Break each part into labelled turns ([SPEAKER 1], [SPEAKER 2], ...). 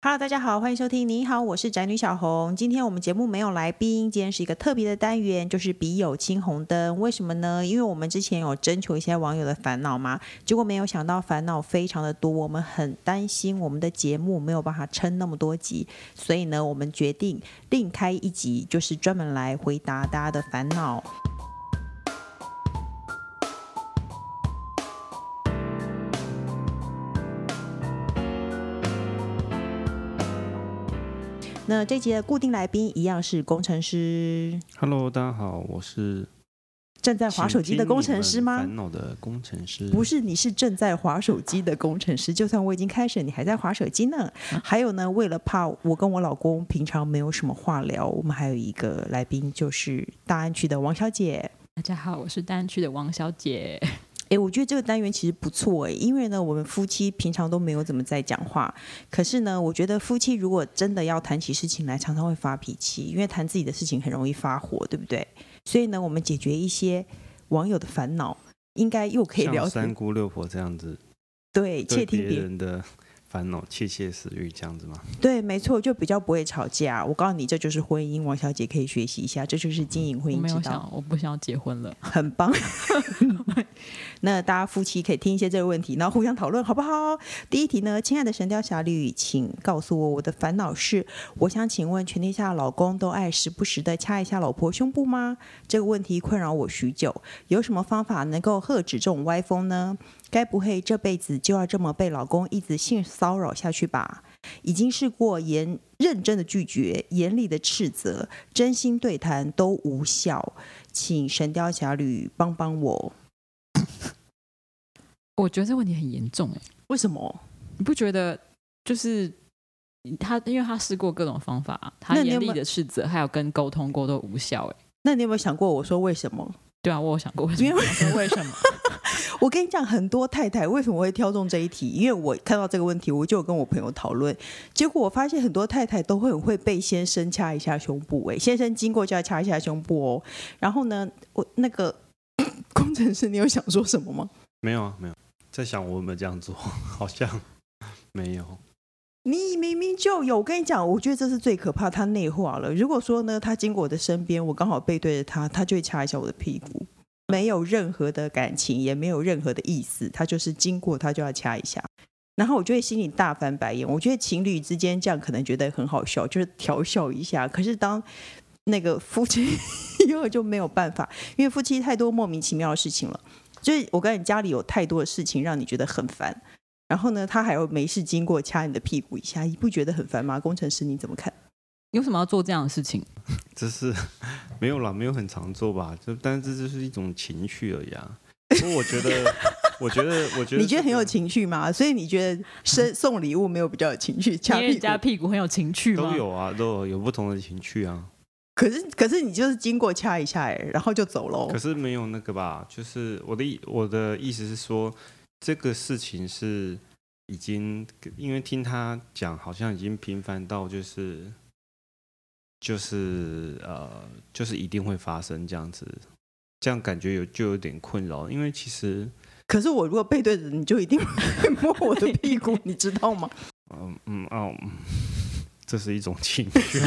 [SPEAKER 1] Hello，大家好，欢迎收听。你好，我是宅女小红。今天我们节目没有来宾，今天是一个特别的单元，就是笔友青红灯。为什么呢？因为我们之前有征求一些网友的烦恼嘛，结果没有想到烦恼非常的多，我们很担心我们的节目没有办法撑那么多集，所以呢，我们决定另开一集，就是专门来回答大家的烦恼。那这集的固定来宾一样是工程师，
[SPEAKER 2] Hello，大家好，我是
[SPEAKER 1] 正在划手机的工程师吗
[SPEAKER 2] 请听？你们烦恼的工程师
[SPEAKER 1] 不是，你是正在划手机的工程师。就算我已经开始，你还在划手机呢。还有呢，为了怕我跟我老公平常没有什么话聊，我们还有一个来宾就是大安区的王小姐。
[SPEAKER 3] 大家好，我是大安区的王小姐。
[SPEAKER 1] 诶，我觉得这个单元其实不错诶，因为呢，我们夫妻平常都没有怎么在讲话，可是呢，我觉得夫妻如果真的要谈起事情来，常常会发脾气，因为谈自己的事情很容易发火，对不对？所以呢，我们解决一些网友的烦恼，应该又可以聊
[SPEAKER 2] 像三姑六婆这样子，
[SPEAKER 1] 对，
[SPEAKER 2] 对
[SPEAKER 1] 窃听别人
[SPEAKER 2] 人的烦恼窃窃私语这样子吗？
[SPEAKER 1] 对，没错，就比较不会吵架。我告诉你，这就是婚姻，王小姐可以学习一下，这就是经营婚
[SPEAKER 3] 我
[SPEAKER 1] 姻
[SPEAKER 3] 没
[SPEAKER 1] 之
[SPEAKER 3] 有
[SPEAKER 1] 道，
[SPEAKER 3] 想，我不想要结婚了。
[SPEAKER 1] 很棒。 那大家夫妻可以听一些这个问题，然后互相讨论，好不好？第一题呢，亲爱的《神雕侠侣》，请告诉我，我的烦恼是，我想请问，全天下老公都爱时不时的掐一下老婆胸部吗？这个问题困扰我许久，有什么方法能够遏止这种歪风呢？该不会这辈子就要这么被老公一直性骚扰下去吧？已经试过严认真的拒绝、严厉的斥责、真心对谈都无效，请《神雕侠侣》帮帮我。
[SPEAKER 3] 我觉得这问题很严重哎、
[SPEAKER 1] 为什么？
[SPEAKER 3] 你不觉得？就是他，因为他试过各种方法，他
[SPEAKER 1] 那你有
[SPEAKER 3] 严
[SPEAKER 1] 没有
[SPEAKER 3] 厉的斥责，还有跟沟通过都无效哎、
[SPEAKER 1] 那你有没有想过我说为什 么？
[SPEAKER 3] 对啊，我有想过为什
[SPEAKER 1] 因
[SPEAKER 3] 么
[SPEAKER 1] 为？
[SPEAKER 3] 为什么？
[SPEAKER 1] 我跟你讲，很多太太为什么会挑中这一题？因为我看到这个问题，我就有跟我朋友讨论，结果我发现很多太太都会很会被先生掐一下胸部、哎，先生经过就要掐一下胸部哦。然后呢，我那个 工程师，你有想说什么吗？
[SPEAKER 2] 没有啊，没有，在想我有没有这样做， 好像没有。
[SPEAKER 1] 你明明就有，我跟你讲，我觉得这是最可怕，他内化了。如果说呢，他经过我的身边，我刚好背对着他，他就会掐一下我的屁股，没有任何的感情，也没有任何的意思，他就是经过他就要掐一下，然后我就会心里大翻白眼。我觉得情侣之间这样可能觉得很好笑，就是调笑一下。可是当那个夫妻 以后就没有办法，因为夫妻太多莫名其妙的事情了。就是我跟你家里有太多的事情让你觉得很烦，然后呢，他还有没事经过掐你的屁股一下，你不觉得很烦吗？工程师你怎么看？
[SPEAKER 3] 你为什么要做这样的事情？
[SPEAKER 2] 这是 没有啦，没有很常做吧，就但是这就是一种情绪而已啊。不过我觉得，我觉得，我觉 得
[SPEAKER 1] 你觉得很有
[SPEAKER 2] 这个
[SPEAKER 1] 情趣吗？所以你觉得 生送礼物没有比较有情趣，掐
[SPEAKER 3] 因为
[SPEAKER 1] 屁股
[SPEAKER 3] 加？屁股很有情趣吗？
[SPEAKER 2] 都有啊，都有有不同的情绪啊。
[SPEAKER 1] 可是可是你就是经过掐一下、哎，然后就走喽
[SPEAKER 3] 哦
[SPEAKER 2] 可。是没有那个吧？就是我的意我的意思是说，这个事情是已经因为听他讲，好像已经频繁到就是就是呃，就是一定会发生这样子，这样感觉有就有点困扰，因为其实
[SPEAKER 1] 可是我如果背对着你，就一定 会摸我的屁股，你知道吗？
[SPEAKER 2] 嗯嗯哦。嗯 这是一种情 绪，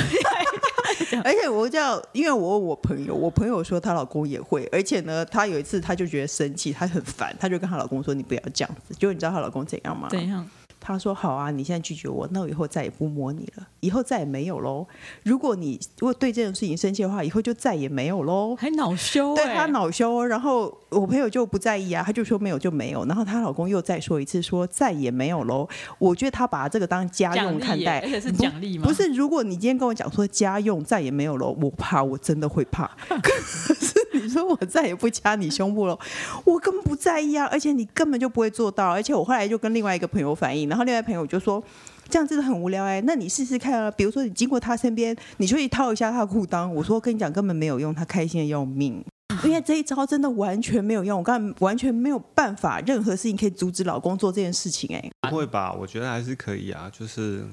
[SPEAKER 1] 而且我叫，因为我问我朋友，我朋友说她老公也会，而且呢，她有一次她就觉得生气，她很烦，她就跟她老公说：“你不要这样子。”结果你知道她老公怎样吗？
[SPEAKER 3] 怎样？
[SPEAKER 1] 他说：“好啊，你现在拒绝我，那我以后再也不摸你了，以后再也没有喽。如果你如果对这种事情生气的话，以后就再也没有喽。
[SPEAKER 3] 还恼羞、欸？
[SPEAKER 1] 对她恼羞哦，然后我朋友就不在意啊，她就说没有就没有，然后她老公又再说一次说再也没有喽。我觉得她把这个当家
[SPEAKER 3] 奖
[SPEAKER 1] 用
[SPEAKER 3] 励
[SPEAKER 1] 看
[SPEAKER 3] 耶
[SPEAKER 1] 待
[SPEAKER 3] 而，且是奖励吗？
[SPEAKER 1] 不，是，如果你今天跟我讲说家用再也没有了，我怕，我真的会怕。 可是你说我再也不掐你胸部了，我根本不在意啊，而且你根本就不会做到。而且我后来就跟另外一个朋友反映，然后另外一个朋友就说。这样真的很无聊哎、那你试试看啊，比如说你经过他身边，你就去掏一下他的裤裆。我说跟你讲根本没有用，他开心的要命，因为这一招真的完全没有用，我刚才完全没有办法，任何事情可以阻止老公做这件事情哎、
[SPEAKER 2] 不会吧？我觉得还是可以啊，就是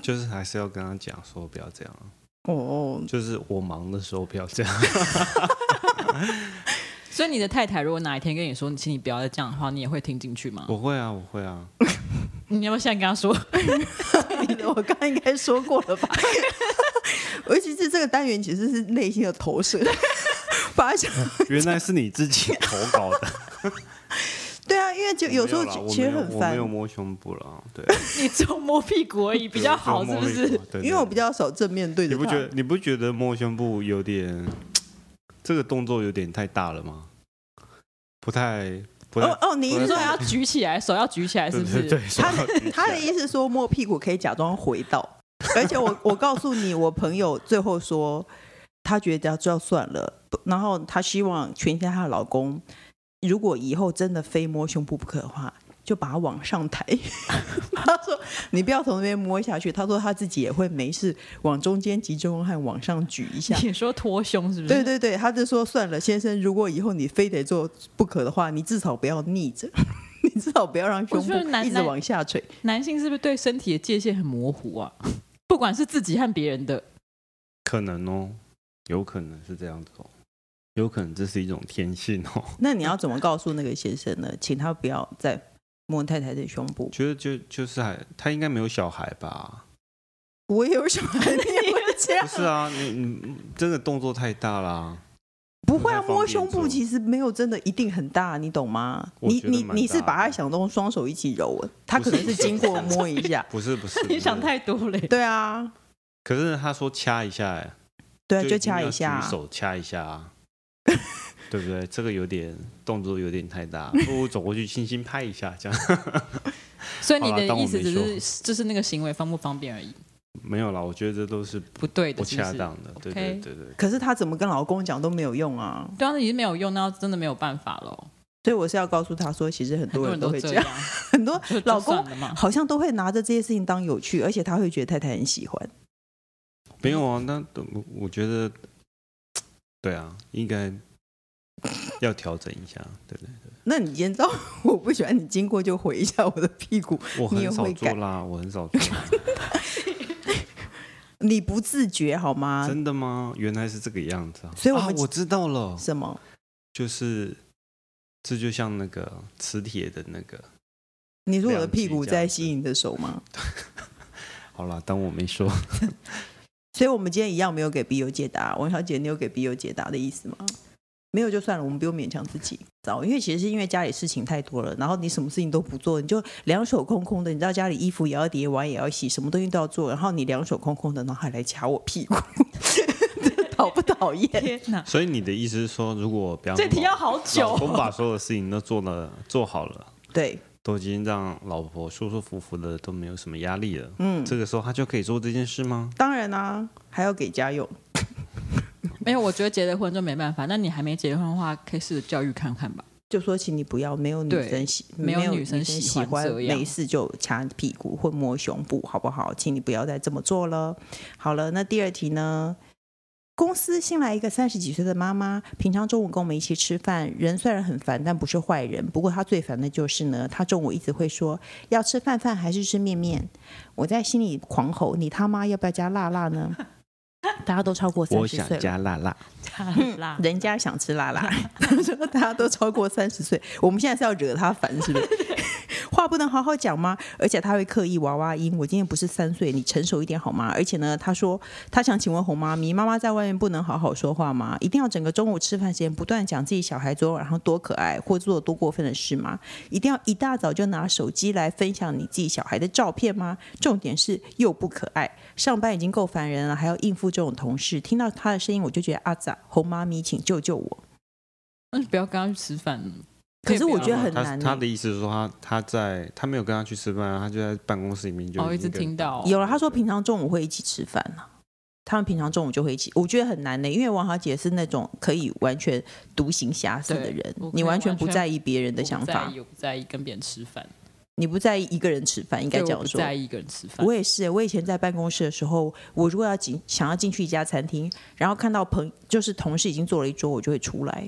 [SPEAKER 2] 就是还是要跟他讲说不要这样啊。
[SPEAKER 1] 哦，
[SPEAKER 2] 就是我忙的时候不要这样。
[SPEAKER 3] 所以你的太太如果哪一天跟你说，请你不要再这样的话，你也会听进去吗？
[SPEAKER 2] 我会啊，我会啊，
[SPEAKER 3] 你要不要现在跟他说？
[SPEAKER 1] 我刚刚应该说过了吧？ 尤其是这个单元其实是内心的投射， 把它想
[SPEAKER 2] 原来是你自己投稿的，
[SPEAKER 1] 对啊，因为就 有时候
[SPEAKER 2] 没啦我
[SPEAKER 1] 其实
[SPEAKER 2] 没有
[SPEAKER 1] 很
[SPEAKER 2] 我没
[SPEAKER 1] 烦，
[SPEAKER 2] 有摸胸部了啊， 对，
[SPEAKER 3] 你只有摸屁股而已，比较好，是不
[SPEAKER 2] 对
[SPEAKER 3] 是？？
[SPEAKER 2] 对
[SPEAKER 1] 因为我比较少正面对
[SPEAKER 2] 你
[SPEAKER 1] 着
[SPEAKER 2] 不
[SPEAKER 1] 他
[SPEAKER 2] 觉。得你不觉得摸胸部有点这个动作有点太大了吗？不太不太
[SPEAKER 1] 哦，哦，你意
[SPEAKER 3] 你
[SPEAKER 1] 思
[SPEAKER 3] 说
[SPEAKER 1] 说
[SPEAKER 3] 要举起来，手要举起来，是
[SPEAKER 2] 对
[SPEAKER 3] 不
[SPEAKER 2] 对
[SPEAKER 3] 嗯 是？啊
[SPEAKER 1] 他
[SPEAKER 2] 对，手要举起来
[SPEAKER 1] 他的意思说摸屁股可以假装回到，而且我 我告诉你，我朋友最后说他觉得就要算了，不然后她希望全天她的老公，如果以后真的非摸胸部不可的话。就把他往上抬， 他说：“你不要从那边摸下去。”他说他自己也会没事，往中间集中和往上举 一下。
[SPEAKER 3] 你说托胸是不是？
[SPEAKER 1] 对对对，他就说算了，先生，如果以后你非得做不可的话，你至少不要逆着， 你至少不要让胸
[SPEAKER 3] 觉得
[SPEAKER 1] 部
[SPEAKER 3] 男
[SPEAKER 1] 一直
[SPEAKER 3] 男
[SPEAKER 1] 往下垂。
[SPEAKER 3] 男性是不是对身体的界限很模糊啊？不管是自己和别人的，，
[SPEAKER 2] 可能哦，有可能是这样子哦，有可能这是一种天性哦。
[SPEAKER 1] 那你要怎么告诉那个先生呢？请他不要再摸太太的胸部。
[SPEAKER 2] 觉得就就是还他应该没有小孩 吧？
[SPEAKER 1] 我也有什么你也会这样
[SPEAKER 2] 不？是啊，你你真的动作太大啦。
[SPEAKER 1] 不会啊，
[SPEAKER 2] 不太方便
[SPEAKER 1] 摸胸部
[SPEAKER 2] 做
[SPEAKER 1] 其实没有真的一定很大，你懂吗？
[SPEAKER 2] 我
[SPEAKER 1] 你
[SPEAKER 2] 觉得
[SPEAKER 1] 你
[SPEAKER 2] 蛮
[SPEAKER 1] 你是
[SPEAKER 2] 大
[SPEAKER 1] 把它
[SPEAKER 2] 的
[SPEAKER 1] 想中双手一起揉，他可
[SPEAKER 2] 不是
[SPEAKER 1] 能
[SPEAKER 2] 不
[SPEAKER 1] 是
[SPEAKER 2] 是
[SPEAKER 1] 经
[SPEAKER 2] 不
[SPEAKER 1] 过
[SPEAKER 2] 是
[SPEAKER 1] 摸一 下。
[SPEAKER 2] 不是不是
[SPEAKER 3] 你想
[SPEAKER 2] 不是
[SPEAKER 3] 太多嘞。
[SPEAKER 1] 对啊，
[SPEAKER 2] 可是他说掐一下、欸，
[SPEAKER 1] 对啊，就
[SPEAKER 2] 一定
[SPEAKER 1] 掐
[SPEAKER 2] 要
[SPEAKER 1] 一下
[SPEAKER 2] 举
[SPEAKER 1] 啊。
[SPEAKER 2] 手掐一下、 啊，对不对？这个有点动作有点 太大，不如走过去轻轻拍一下，这样
[SPEAKER 3] 所以你
[SPEAKER 2] 好啦
[SPEAKER 3] 的
[SPEAKER 2] 当我
[SPEAKER 3] 意思
[SPEAKER 2] 没
[SPEAKER 3] 只
[SPEAKER 2] 说
[SPEAKER 3] 是就是那个行为方不方便而已，
[SPEAKER 2] 没有啦。我觉得这都是
[SPEAKER 3] 不对的，
[SPEAKER 2] 不
[SPEAKER 3] 是不
[SPEAKER 2] 恰
[SPEAKER 3] 是？
[SPEAKER 2] 当的，对对
[SPEAKER 3] OK
[SPEAKER 2] 对对。
[SPEAKER 1] 可是她怎么跟老公讲都没有用啊，
[SPEAKER 3] 对啊，那已经没有用，那真的没有办法了。
[SPEAKER 1] 所以我是要告诉她说，其实很
[SPEAKER 3] 很
[SPEAKER 1] 多
[SPEAKER 3] 多
[SPEAKER 1] 人
[SPEAKER 3] 人
[SPEAKER 1] 都
[SPEAKER 3] 都
[SPEAKER 1] 会这
[SPEAKER 3] 这
[SPEAKER 1] 样
[SPEAKER 3] 样，，
[SPEAKER 1] 很多
[SPEAKER 3] 就就
[SPEAKER 1] 老公
[SPEAKER 3] 算了嘛。
[SPEAKER 1] 好像都会拿着这些事情当有趣，而且他会觉得太太很喜欢。
[SPEAKER 2] 没有啊，那我我觉得，对啊，应该要调整一下，对不对？
[SPEAKER 1] 那你今天知道 我不喜欢你经过就回一下我的屁股，
[SPEAKER 2] 我
[SPEAKER 1] 你也
[SPEAKER 2] 很
[SPEAKER 1] 会
[SPEAKER 2] 少做
[SPEAKER 1] 改
[SPEAKER 2] 啦，我很少做啦，
[SPEAKER 1] 你不自觉好吗？
[SPEAKER 2] 真的吗？原来是这个样子啊！
[SPEAKER 1] 所以我
[SPEAKER 2] 啊
[SPEAKER 1] 们，
[SPEAKER 2] 我知道了，
[SPEAKER 1] 什么？
[SPEAKER 2] 就是这就像那个磁铁的那个，
[SPEAKER 1] 你说我的屁
[SPEAKER 2] 两
[SPEAKER 1] 股
[SPEAKER 2] 极这样
[SPEAKER 1] 在
[SPEAKER 2] 子
[SPEAKER 1] 吸引你的手吗？
[SPEAKER 2] 好啦，当我 没说，
[SPEAKER 1] 所以我们今天一样没有给笔友解答。王小姐，你有给笔友解答的意思吗？没有就算了，我们不用勉强自己。早，因为其实是因为家里事情太多了，然后你什么事情都不做，你就两手空空的。你知道家里衣服也要叠，碗也要洗，什么东西都要做，然后你两手空空的，然后还来掐我屁股， 这讨不讨厌？
[SPEAKER 3] 天哪，
[SPEAKER 2] 所以你的意思是说，如果比方
[SPEAKER 3] 这题
[SPEAKER 2] 说
[SPEAKER 3] 要好久
[SPEAKER 2] 老公把
[SPEAKER 3] 哦。
[SPEAKER 2] 所有的事情都做了，做好了，
[SPEAKER 1] 对，
[SPEAKER 2] 都已经让老婆舒舒服服的，都没有什么压力了，
[SPEAKER 1] 嗯，
[SPEAKER 2] 这个时候他就可以做这件事吗？
[SPEAKER 1] 当然啦、还要给家用。
[SPEAKER 3] 没有，我觉得结了婚就没办法。那你还没结婚的话，可以试着教育看看 吧。
[SPEAKER 1] 就说，请你不要，没有女
[SPEAKER 3] 对
[SPEAKER 1] 生喜，
[SPEAKER 3] 没有
[SPEAKER 1] 有
[SPEAKER 3] 女生喜
[SPEAKER 1] 喜
[SPEAKER 3] 欢
[SPEAKER 1] 欢，
[SPEAKER 3] 这样
[SPEAKER 1] 没事就掐屁股或摸胸部，好不好？请你不要再这么做了。好了，那第二题呢？公司新来一个三十几岁的妈妈，平常中午跟我们一起吃饭，人虽然很烦，但不是坏人。不过她最烦的就是呢，她中午一直会说要吃饭饭还是吃面面。我在心里狂吼：“你他妈要不要加辣辣呢？” 大家都超过三
[SPEAKER 2] 我
[SPEAKER 1] 十岁了，
[SPEAKER 2] 想加辣辣，
[SPEAKER 3] 啦，
[SPEAKER 1] 嗯人家想吃辣辣，他说大家都超过三十岁，我们现在是要惹他烦是不是？话不能好好讲吗？而且他会刻意娃娃音。我今天不是三岁，你成熟一点好吗？而且呢，他说他想请问红妈咪，妈妈在外面不能好好说话吗？一定要整个中午吃饭时间不断讲自己小孩昨晚上多可爱，或做多过分的事吗？一定要一大早就拿手机来分享你自己小孩的照片吗？重点是又不可爱，上班已经够烦人了，还要应付这种同事。听到他的声音，我就觉得阿仔，红妈咪，请救救我！
[SPEAKER 3] 那嗯不要跟他去吃饭。
[SPEAKER 1] 可是
[SPEAKER 3] 可以不要
[SPEAKER 1] 我觉得很
[SPEAKER 2] 他
[SPEAKER 1] 难、
[SPEAKER 2] 他
[SPEAKER 1] 欸。
[SPEAKER 2] 的意思是说他，他在他没有跟他去吃饭啊，他就在办公室里面就
[SPEAKER 3] 哦，一
[SPEAKER 2] 已
[SPEAKER 3] 直
[SPEAKER 2] 经跟
[SPEAKER 3] 听到
[SPEAKER 1] 有了，他说平常中午会一起吃饭啊，他们平常中午就会一起。我觉得很难呢、因为王小姐是那种可以完全独行侠式的
[SPEAKER 3] 对
[SPEAKER 1] 人
[SPEAKER 3] 我，可以
[SPEAKER 1] 你完全
[SPEAKER 3] 完
[SPEAKER 1] 不
[SPEAKER 3] 全
[SPEAKER 1] 在意别人
[SPEAKER 3] 你
[SPEAKER 1] 的想法，
[SPEAKER 3] 我不在意跟别人吃饭，
[SPEAKER 1] 你不在意一个人吃饭，应该
[SPEAKER 3] 对
[SPEAKER 1] 这
[SPEAKER 3] 我
[SPEAKER 1] 样
[SPEAKER 3] 不
[SPEAKER 1] 说。
[SPEAKER 3] 在意一个人吃饭。
[SPEAKER 1] 我也是，我以前在办公室的时候，我如果要进想要进去一家餐厅，然后看到朋就是同事已经坐了一桌，我就会出来，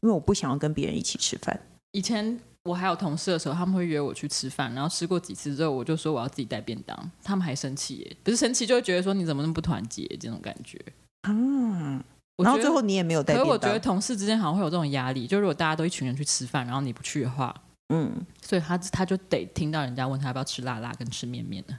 [SPEAKER 1] 因为我不想要跟别人一起吃饭。
[SPEAKER 3] 以前我还有同事的时候，他们会约我去吃饭，然后吃过几次之后，我就说我要自己带便当，他们还生气耶，不是生气，就会觉得说你怎么那么不团结这种感觉。
[SPEAKER 1] 啊，
[SPEAKER 3] 嗯我
[SPEAKER 1] 然后
[SPEAKER 3] 觉得
[SPEAKER 1] 最后，你也没有带
[SPEAKER 3] 可是我
[SPEAKER 1] 便
[SPEAKER 3] 觉得
[SPEAKER 1] 当，
[SPEAKER 3] 同事之间好像会有这种压力，就如果大家都一群人去吃饭，然后你不去的话，
[SPEAKER 1] 嗯，
[SPEAKER 3] 所以他他就得听到人家问他要不要吃辣辣跟吃面面的。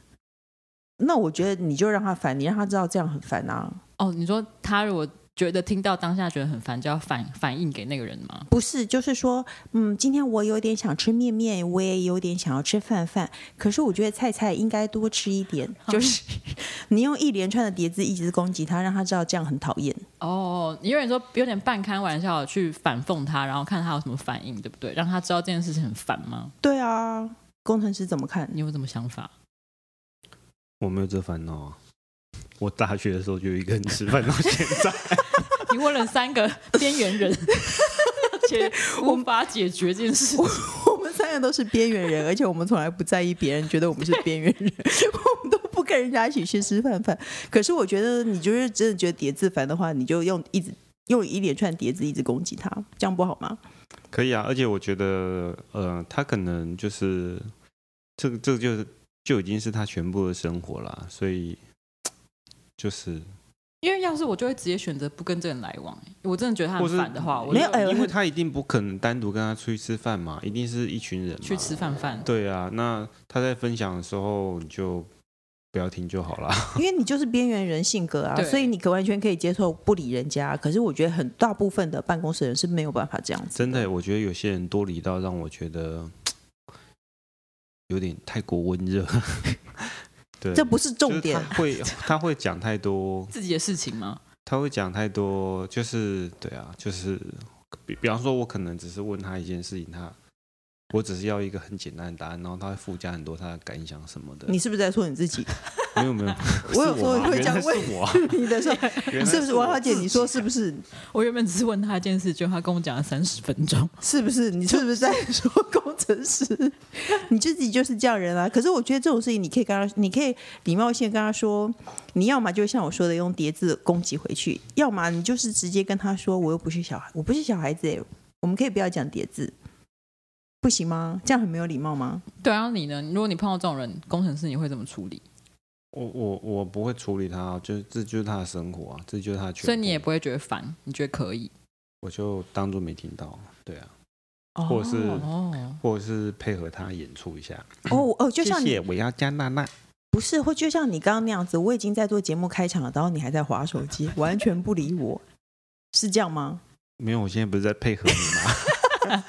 [SPEAKER 1] 那我觉得你就让他烦，你让他知道这样很烦啊。
[SPEAKER 3] 哦，你说他如果觉得听到当下觉得很烦，就要反反应给那个人吗？
[SPEAKER 1] 不是，就是说，嗯，今天我有点想吃面面，我也有点想要吃饭饭，可是我觉得菜菜应该多吃一点。就是 你用一连串的叠字一直攻击他，让他知道这样很讨厌。
[SPEAKER 3] 哦，你有点说有点半开玩笑地去反讽他，然后看他有什么反应，对不对？让他知道这件事情很烦吗？
[SPEAKER 1] 对啊，工程师怎么看？
[SPEAKER 3] 你有什么想法？
[SPEAKER 2] 我没有这烦恼啊。我大学的时候就一个人吃饭，到现 在
[SPEAKER 3] 你问了三个边缘 人，且无法解决这件事情。
[SPEAKER 1] 我们三个都是边缘人，而且我们从来不在意别人觉得我们是边缘人，我们都不跟人家一起去吃饭饭。可是我觉得，你就是真的觉得叠字烦的话，你就用一直用一连串叠字一直攻击他，这样不好吗？
[SPEAKER 2] 可以啊。而且我觉得，呃，他可能就是这个，这个就是就已经是他全部的生活啦，所以就是，
[SPEAKER 3] 因为要是我就会直接选择不跟这个人来往、欸我真的觉得他
[SPEAKER 2] 或
[SPEAKER 3] 很
[SPEAKER 2] 是
[SPEAKER 3] 烦的话，我
[SPEAKER 1] 没
[SPEAKER 3] 就
[SPEAKER 1] 有哎
[SPEAKER 2] 因为他一定不可能单独跟他出去吃饭嘛，一定是一群人嘛
[SPEAKER 3] 去吃。饭饭。
[SPEAKER 2] 对啊，那他在分享的时候你就不要听就 好啦。
[SPEAKER 1] 因为你就是边缘人性格啊，
[SPEAKER 3] 对
[SPEAKER 1] 所以你可完全可以接受不理人家。可是我觉得很大部分的办公室人是没有办法这样子。
[SPEAKER 2] 真的，我觉得有些人多礼到让我觉得有点太过 温热。对，
[SPEAKER 1] 这不是重
[SPEAKER 2] 就是
[SPEAKER 1] 点，
[SPEAKER 2] 他 会他会讲太多，
[SPEAKER 3] 自己的事情吗？
[SPEAKER 2] 他会讲太多，就是对啊，就是比比方说，我可能只是问他一件事情，他我只是要一个很简单的答案，然后他会附加很多他的感想什么的。
[SPEAKER 1] 你是不是在说你自己？
[SPEAKER 2] 没有没 有，
[SPEAKER 1] 我有
[SPEAKER 2] 是
[SPEAKER 1] 时候
[SPEAKER 2] 吗
[SPEAKER 1] 会这样
[SPEAKER 2] 原来是我啊，
[SPEAKER 1] 你的时候
[SPEAKER 2] 原来
[SPEAKER 1] 是不是王小姐？
[SPEAKER 2] 自己
[SPEAKER 1] 你说是不是？
[SPEAKER 3] 我原本只是问他一件事，就他跟我讲了三十分钟。
[SPEAKER 1] 是不是？你是不是在说工程师？ 你自己就是这样人啊。可是我觉得这种事情，你可以跟他，你可以礼貌性跟他说，你要么就像我说的用叠字攻击回去，要么你就是直接跟他说，我又不是小孩，我不是小孩子、欸，我们可以不要讲叠字，不行吗？这样很没有礼貌吗？
[SPEAKER 3] 对啊，你呢？如果你碰到这种人，工程师你会怎么处理？
[SPEAKER 2] 我我我不会处理他啊，就是这就是他的生活啊，这就是他的全部。
[SPEAKER 3] 所以你也不会觉得烦，你觉得可以
[SPEAKER 2] 我就当做没听到，对啊，
[SPEAKER 1] 哦
[SPEAKER 2] 或者是
[SPEAKER 3] 哦？
[SPEAKER 2] 或者是配合他演出一下。
[SPEAKER 1] 哦哦，就
[SPEAKER 2] 谢
[SPEAKER 1] 像你
[SPEAKER 2] 谢，我要加娜娜。
[SPEAKER 1] 不是，或就像你刚刚那样子，我已经在做节目开场了，然后你还在划手机，完全不理我，是这样吗？
[SPEAKER 2] 没有，我现在不是在配合你 吗？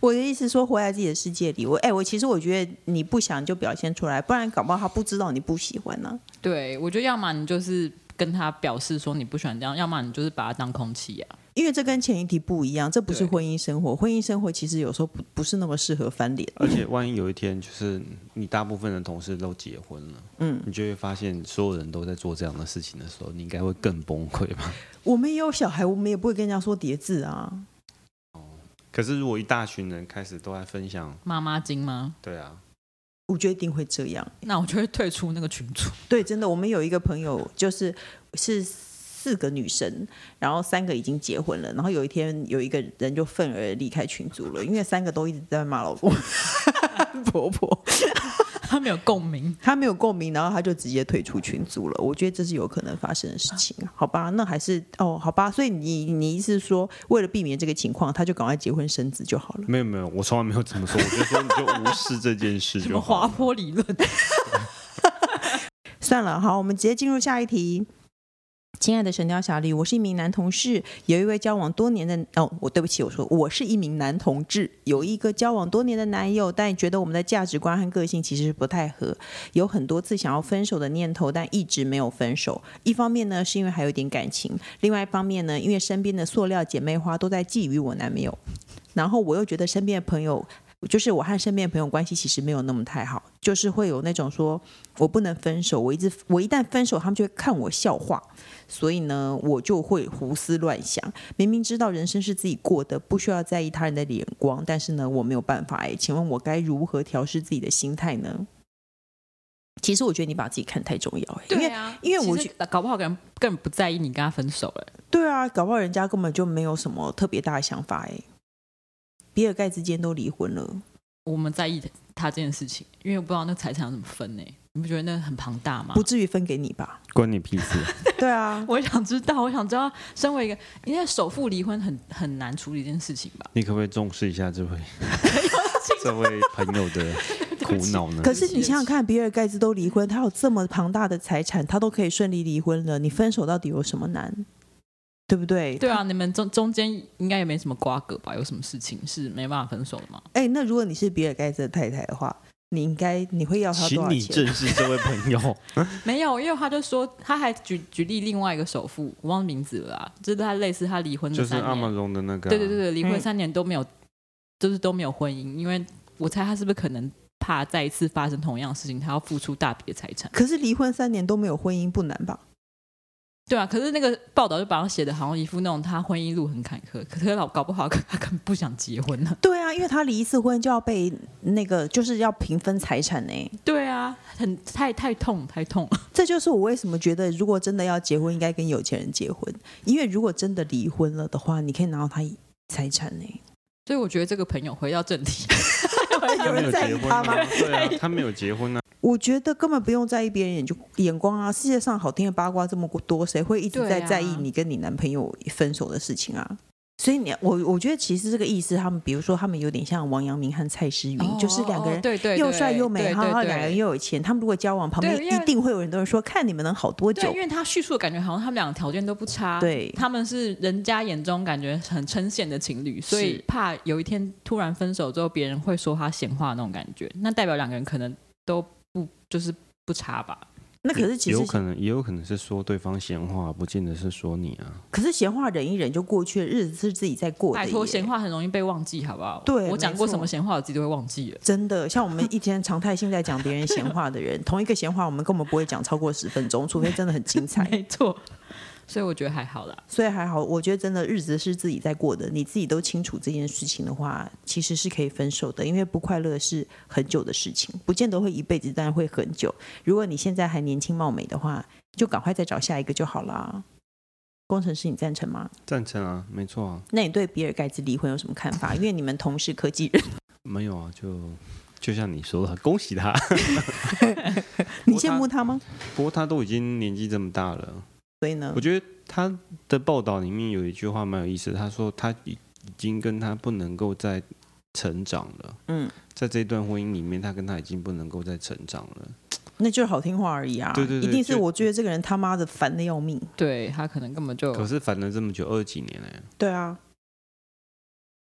[SPEAKER 1] 我的意思说，活在自己的世界里。我哎、我其实我觉得你不想就表现出来，不然搞不好他不知道你不喜欢呢、
[SPEAKER 3] 对，我觉得要么你就是跟他表示说你不喜欢这样，要么你就是把他当空气啊。
[SPEAKER 1] 因为这跟前一题不一样，这不是
[SPEAKER 3] 对
[SPEAKER 1] 婚姻生活。婚姻生活其实有时候不不是那么适合翻脸。
[SPEAKER 2] 而且万一有一天，就是你大部分的同事都结婚了，
[SPEAKER 1] 嗯，
[SPEAKER 2] 你就会发现所有人都在做这样的事情的时候，你应该会更崩溃吧？
[SPEAKER 1] 我们也有小孩，我们也不会跟人家说叠字啊。
[SPEAKER 2] 可是如果一大群人开始都在分享，
[SPEAKER 3] 妈妈经吗？
[SPEAKER 2] 对啊，
[SPEAKER 1] 我觉得一定会这样。
[SPEAKER 3] 那我就会退出那个群组。
[SPEAKER 1] 对，真的，我们有一个朋友就是是四个女生，然后三个已经结婚了，然后有一天有一个人就愤而离开群组了，因为三个都一直在骂老公 婆婆。
[SPEAKER 3] 他没有共鸣，
[SPEAKER 1] 他没有共鸣，然后他就直接退出群组了。我觉得这是有可能发生的事情，好吧？那还是哦，好吧。所以你你意思是说，为了避免这个情况，他就赶快结婚生子就好了？
[SPEAKER 2] 没有没有，我从来没有这么说，我就说你就无视这件事
[SPEAKER 3] 什
[SPEAKER 2] 就
[SPEAKER 3] 么
[SPEAKER 2] 好
[SPEAKER 3] 滑
[SPEAKER 2] 了。
[SPEAKER 3] 坡理论？
[SPEAKER 1] 算了，好，我们直接进入下一题。亲爱的神雕侠侣，我是一名男同事，有一位交往多年的哦，我对不起，我说我是一名男同志，有一个交往多年的男友，但觉得我们的价值观和个性其实不太合，有很多次想要分手的念头，但一直没有分手。一方面呢，是因为还有一点感情；，另外一方面呢，因为身边的塑料姐妹花都在觊觎我男朋友，然后我又觉得身边的朋友，就是我和身边的朋友关系其实没有那么太好，就是会有那种说我不能分手，我一直我一旦分手，他们就会看我笑话，所以呢，我就会胡思乱想。明明知道人生是自己过的，不需要在意他人的眼光，但是呢，我没有办法哎，请问我该如何调试自己的心态呢？其实我觉得你把自己看太重要，哎因为
[SPEAKER 3] 啊
[SPEAKER 1] 因为我
[SPEAKER 3] 其实搞不好个人根本不在意你跟他分手欸了。
[SPEAKER 1] 对啊，搞不好人家根本就没有什么特别大的想法哎。比尔盖茨今天都离婚了，
[SPEAKER 3] 我们在意他这件事情，因为我不知道那财产要怎么分呢、欸你不觉得那很庞大吗
[SPEAKER 1] 不？至于分给你吧？
[SPEAKER 2] 关你屁事！
[SPEAKER 1] 对啊，
[SPEAKER 3] 我想知道，我想知道，身为一个，因为首富离婚很很难处理这件事情吧？
[SPEAKER 2] 你可不可以重视一下这位？这位朋友的苦恼呢？
[SPEAKER 1] 可是你想想看，比尔盖茨都离婚，他有这么庞大的财产，他都可以顺利离婚了，你分手到底有什么难？对不对？
[SPEAKER 3] 对啊，你们中中间应该也没什么瓜葛吧？有什么事情是没办法分手的吗？
[SPEAKER 1] 哎，那如果你是比尔盖茨的太太的话，你应该你会要他多
[SPEAKER 2] 请
[SPEAKER 1] 少
[SPEAKER 2] 你
[SPEAKER 1] 钱
[SPEAKER 2] 正？视这位 朋友，
[SPEAKER 3] 没有，因为他就说，他还举举例另外一个首富，我忘了名字了啦，就是他类似他离婚
[SPEAKER 2] 就
[SPEAKER 3] 的
[SPEAKER 2] 是
[SPEAKER 3] 三
[SPEAKER 2] 阿玛
[SPEAKER 3] 年，
[SPEAKER 2] 荣的那个啊、
[SPEAKER 3] 对对对对，离婚
[SPEAKER 1] 嗯
[SPEAKER 3] 三年都没有，就是都没有婚姻，因为我猜他是不是可能怕再一次发生同样的事情，他要付出大笔的财产。
[SPEAKER 1] 可是离婚三年都没有婚姻，不难吧？
[SPEAKER 3] 对啊，可是那个报道就把他写的好像一副那种他婚姻路很坎坷，可是老搞不好他根本不想结婚呢、
[SPEAKER 1] 对啊，因为他离一次婚就要被那个，就是要平分财产呢、
[SPEAKER 3] 对啊，很太太痛太痛。
[SPEAKER 1] 这就是我为什么觉得，如果真的要结婚，应该跟有钱人结婚，因为如果真的离婚了的话，你可以拿到他财产呢、
[SPEAKER 3] 所以我觉得这个朋友回到正题，
[SPEAKER 2] 他没有
[SPEAKER 1] 在意
[SPEAKER 2] 结婚
[SPEAKER 1] 他
[SPEAKER 2] 啊
[SPEAKER 1] 吗？
[SPEAKER 2] 对啊，他没有结婚啊，
[SPEAKER 1] 我觉得根本不用在意别人眼就眼光啊！世界上好听的八卦这么多，谁会一直在
[SPEAKER 3] 对啊
[SPEAKER 1] 在意你跟你男朋友分手的事情啊？所以你我我觉得其实这个意思，他们比如说他们有点像王阳明和蔡诗芸，就是两个人
[SPEAKER 3] 哦对对对
[SPEAKER 1] 又帅又美，
[SPEAKER 3] 对
[SPEAKER 1] 然后
[SPEAKER 3] 对对
[SPEAKER 1] 两个人又有钱，他们如果交往，旁边
[SPEAKER 3] 对因为
[SPEAKER 1] 一定会有很多人说看你们能好多
[SPEAKER 3] 对，
[SPEAKER 1] 久
[SPEAKER 3] 因。为他叙述的感觉好像他们两个条件都不差，
[SPEAKER 1] 对
[SPEAKER 3] 他们是人家眼中感觉很称羡的情侣，所以
[SPEAKER 1] 是
[SPEAKER 3] 怕有一天突然分手之后，别人会说他闲话那种感觉，那代表两个人可能都不就是不差吧？
[SPEAKER 1] 那可是其实
[SPEAKER 2] 有可能也有可能是说对方闲话，不见得是说你啊。
[SPEAKER 1] 可是闲话忍一忍就过去了，日子是自己在过的
[SPEAKER 3] 拜
[SPEAKER 1] 耶。
[SPEAKER 3] 托，闲话很容易被忘记，好不好？
[SPEAKER 1] 对
[SPEAKER 3] 我讲
[SPEAKER 1] 没
[SPEAKER 3] 过
[SPEAKER 1] 错
[SPEAKER 3] 什么闲话，我自己都会忘记了。
[SPEAKER 1] 真的，像我们一天常态性在讲别人闲话的 人，同一个闲话我们根本不会讲超过十分钟，除非真的很精彩。
[SPEAKER 3] 没错，所以我觉得还好啦。
[SPEAKER 1] 所以还好，我觉得真的日子是自己在过的，你自己都清楚这件事情的话，其实是可以分手的，因为不快乐是很久的事情，不见得会一辈子，但会很久。如果你现在还年轻貌美的话，就赶快再找下一个就好啦。工程师，你赞成吗？
[SPEAKER 2] 赞成啊，没错啊，
[SPEAKER 1] 那你对比尔盖茨离婚有什么看法？因为你们同是科 技人，
[SPEAKER 2] 没有啊，就就像你说的， 恭喜他。
[SPEAKER 1] 你羡慕他吗？
[SPEAKER 2] 不过他都已经年纪这么大了，
[SPEAKER 1] 所以呢
[SPEAKER 2] 我，觉得他的报道里面有一句话蛮有意思的，他说他已已经跟他不能够再成长了，
[SPEAKER 1] 嗯，
[SPEAKER 2] 在这一段婚姻里面，他跟他已经不能够再成长了。
[SPEAKER 1] 那就是好听话而已啊。
[SPEAKER 2] 对对对
[SPEAKER 1] 一定是
[SPEAKER 2] 就
[SPEAKER 1] 我觉得这个人他妈的烦的要命。
[SPEAKER 3] 对他可能根本就
[SPEAKER 1] 哦
[SPEAKER 2] 可是烦了这么久，二十几年了。
[SPEAKER 1] 对啊，